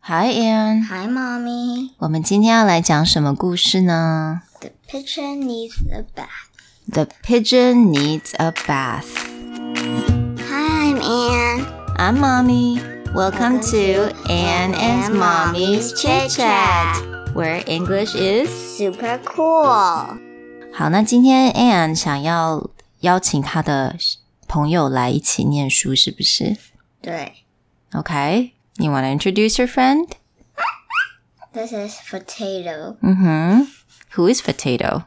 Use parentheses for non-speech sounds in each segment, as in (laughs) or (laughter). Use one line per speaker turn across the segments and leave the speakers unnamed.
Hi, Anne。
Hi, Mommy.
我们今天要来讲什么故事呢
The pigeon needs a bath.
？The pigeon needs a bath.
Hi, I'm Anne.
I'm mommy. Welcome to Anne and Mommy's Chit Chat, where English is.
Super cool.
好，那今天 Anne 想要邀请她的朋友来一起念书，是不是
对
？Okay. You want to introduce your friend?
，This is potato.
Mm hmm. Who is potato?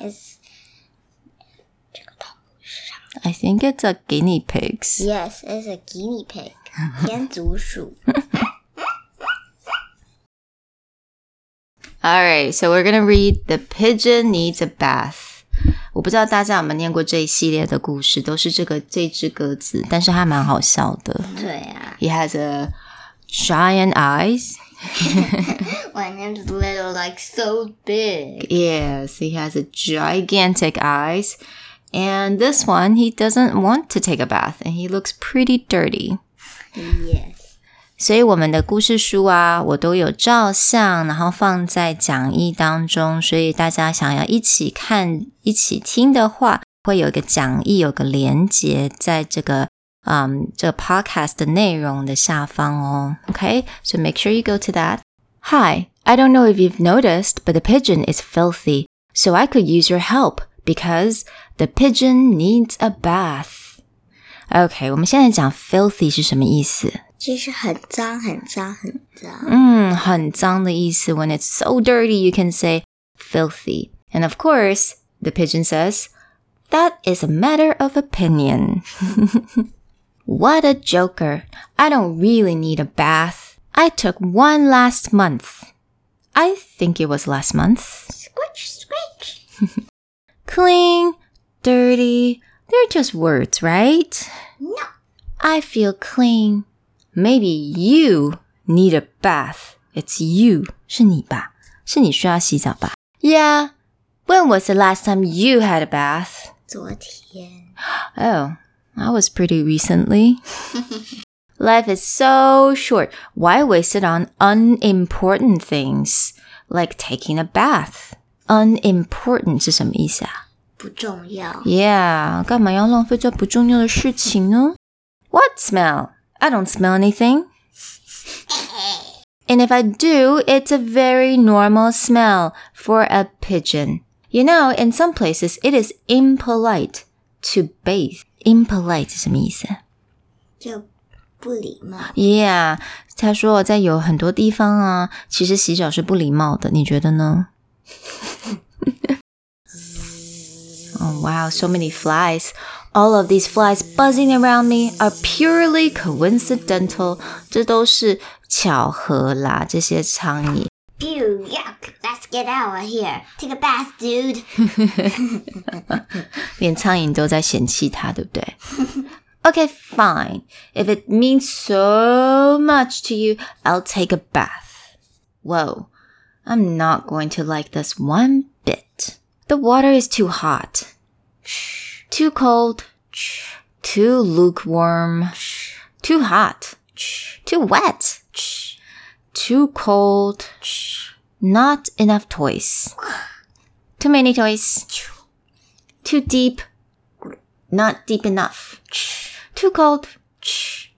Is
I think it's a guinea pigs.
yes, it's a guinea (laughs) pig. 天竺鼠。
All right, so we're gonna read "The Pigeon Needs a Bath." 我不知道大家有没有念过这一系列的故事，都是这个这只鸽子，但是它蛮好笑的。
对啊
It has a giant eyes.
，My name's little, like so big.
Yes, he has a gigantic eyes. And this one, he doesn't want to take a bath, and he looks pretty dirty.
Yes.
所以我们的故事书啊，我都有照相，然后放在讲义当中。所以大家想要一起看、一起听的话，会有一个讲义，有个连接在这个嗯这个 podcast 的内容的下方哦。OK，so、make sure you go to that. Hi, I don't know if you've noticed, but the pigeon is filthy, so I could use your help because the pigeon needs a bath. OK，我们现在讲 filthy 是什么意思？
就是很脏，很脏，很脏。
嗯，Mm, 很脏的意思。When it's so dirty, you can say filthy. And of course, the pigeon says, that is a matter of opinion. (laughs) what a joker. I don't really need a bath. I took one last month. I think it was last month.
Squish, squish.
Clean, dirty, they're just words, right?
No.
I feel clean. Maybe you need a bath. It's you. 是你吧？是你需要洗澡吧 Yeah. When was the last time you had a bath?
昨天
Oh, that was pretty recently. (laughs) Life is so short. Why waste it on unimportant things like taking a bath? Unimportant 是什么意思啊？
不重要。
Yeah, 干嘛要浪费这不重要的事情呢? What smell? I don't smell anything. And if I do, it's a very normal smell for a pigeon. You know, in some places, it is impolite to bathe. Impolite 是什么意思？
就不礼貌。
Yeah，他啊说在有很多地方啊，其实洗澡是不礼貌的，你觉得呢？Oh wow, so many flies. All of these flies buzzing around me are purely coincidental. 这都是巧合啦，这些苍蝇。
Pew, yuck. Let's get out of here. Take a bath, dude.
连苍蝇都在嫌弃它，对不 (laughs) 对？Okay, fine. If it means so much to you, I'll take a bath. Whoa, I'm not going to like this one bit. The water is too hot, too cold, too lukewarm, too hot, too wet, too cold, not enough toys, too many toys. Too deep. Not deep enough. Too cold.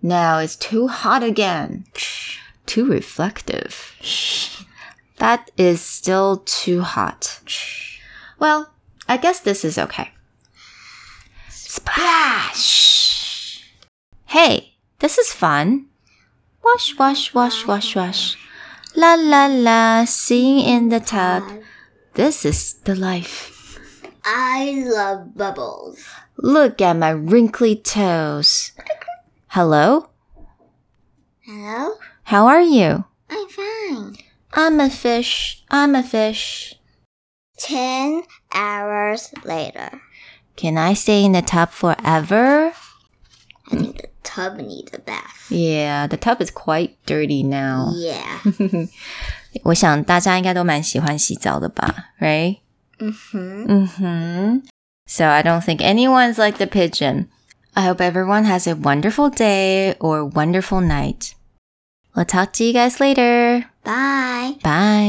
Now it's too hot again. Too reflective. That is still too hot. Well, I guess this is okay. Splash! Hey, this is fun. Wash, wash, wash, wash, wash. La la la, sing in the tub. This is the life.
I love bubbles.
Look at my wrinkly toes. Hello,
Hello?
how are you?
I'm fine.
I'm a fish. I'm a fish.
Ten hours later.
Can I stay in the tub forever?
I think the tub needs a bath.
Yeah, the tub is quite dirty now.
Yeah.
我想大家应该都蛮喜欢洗澡的吧，right？
mm-hmm.
Mm hmm. So I don't think anyone's like the pigeon. I hope everyone has a wonderful day or wonderful night. We'll talk to you guys later.
Bye.
Bye.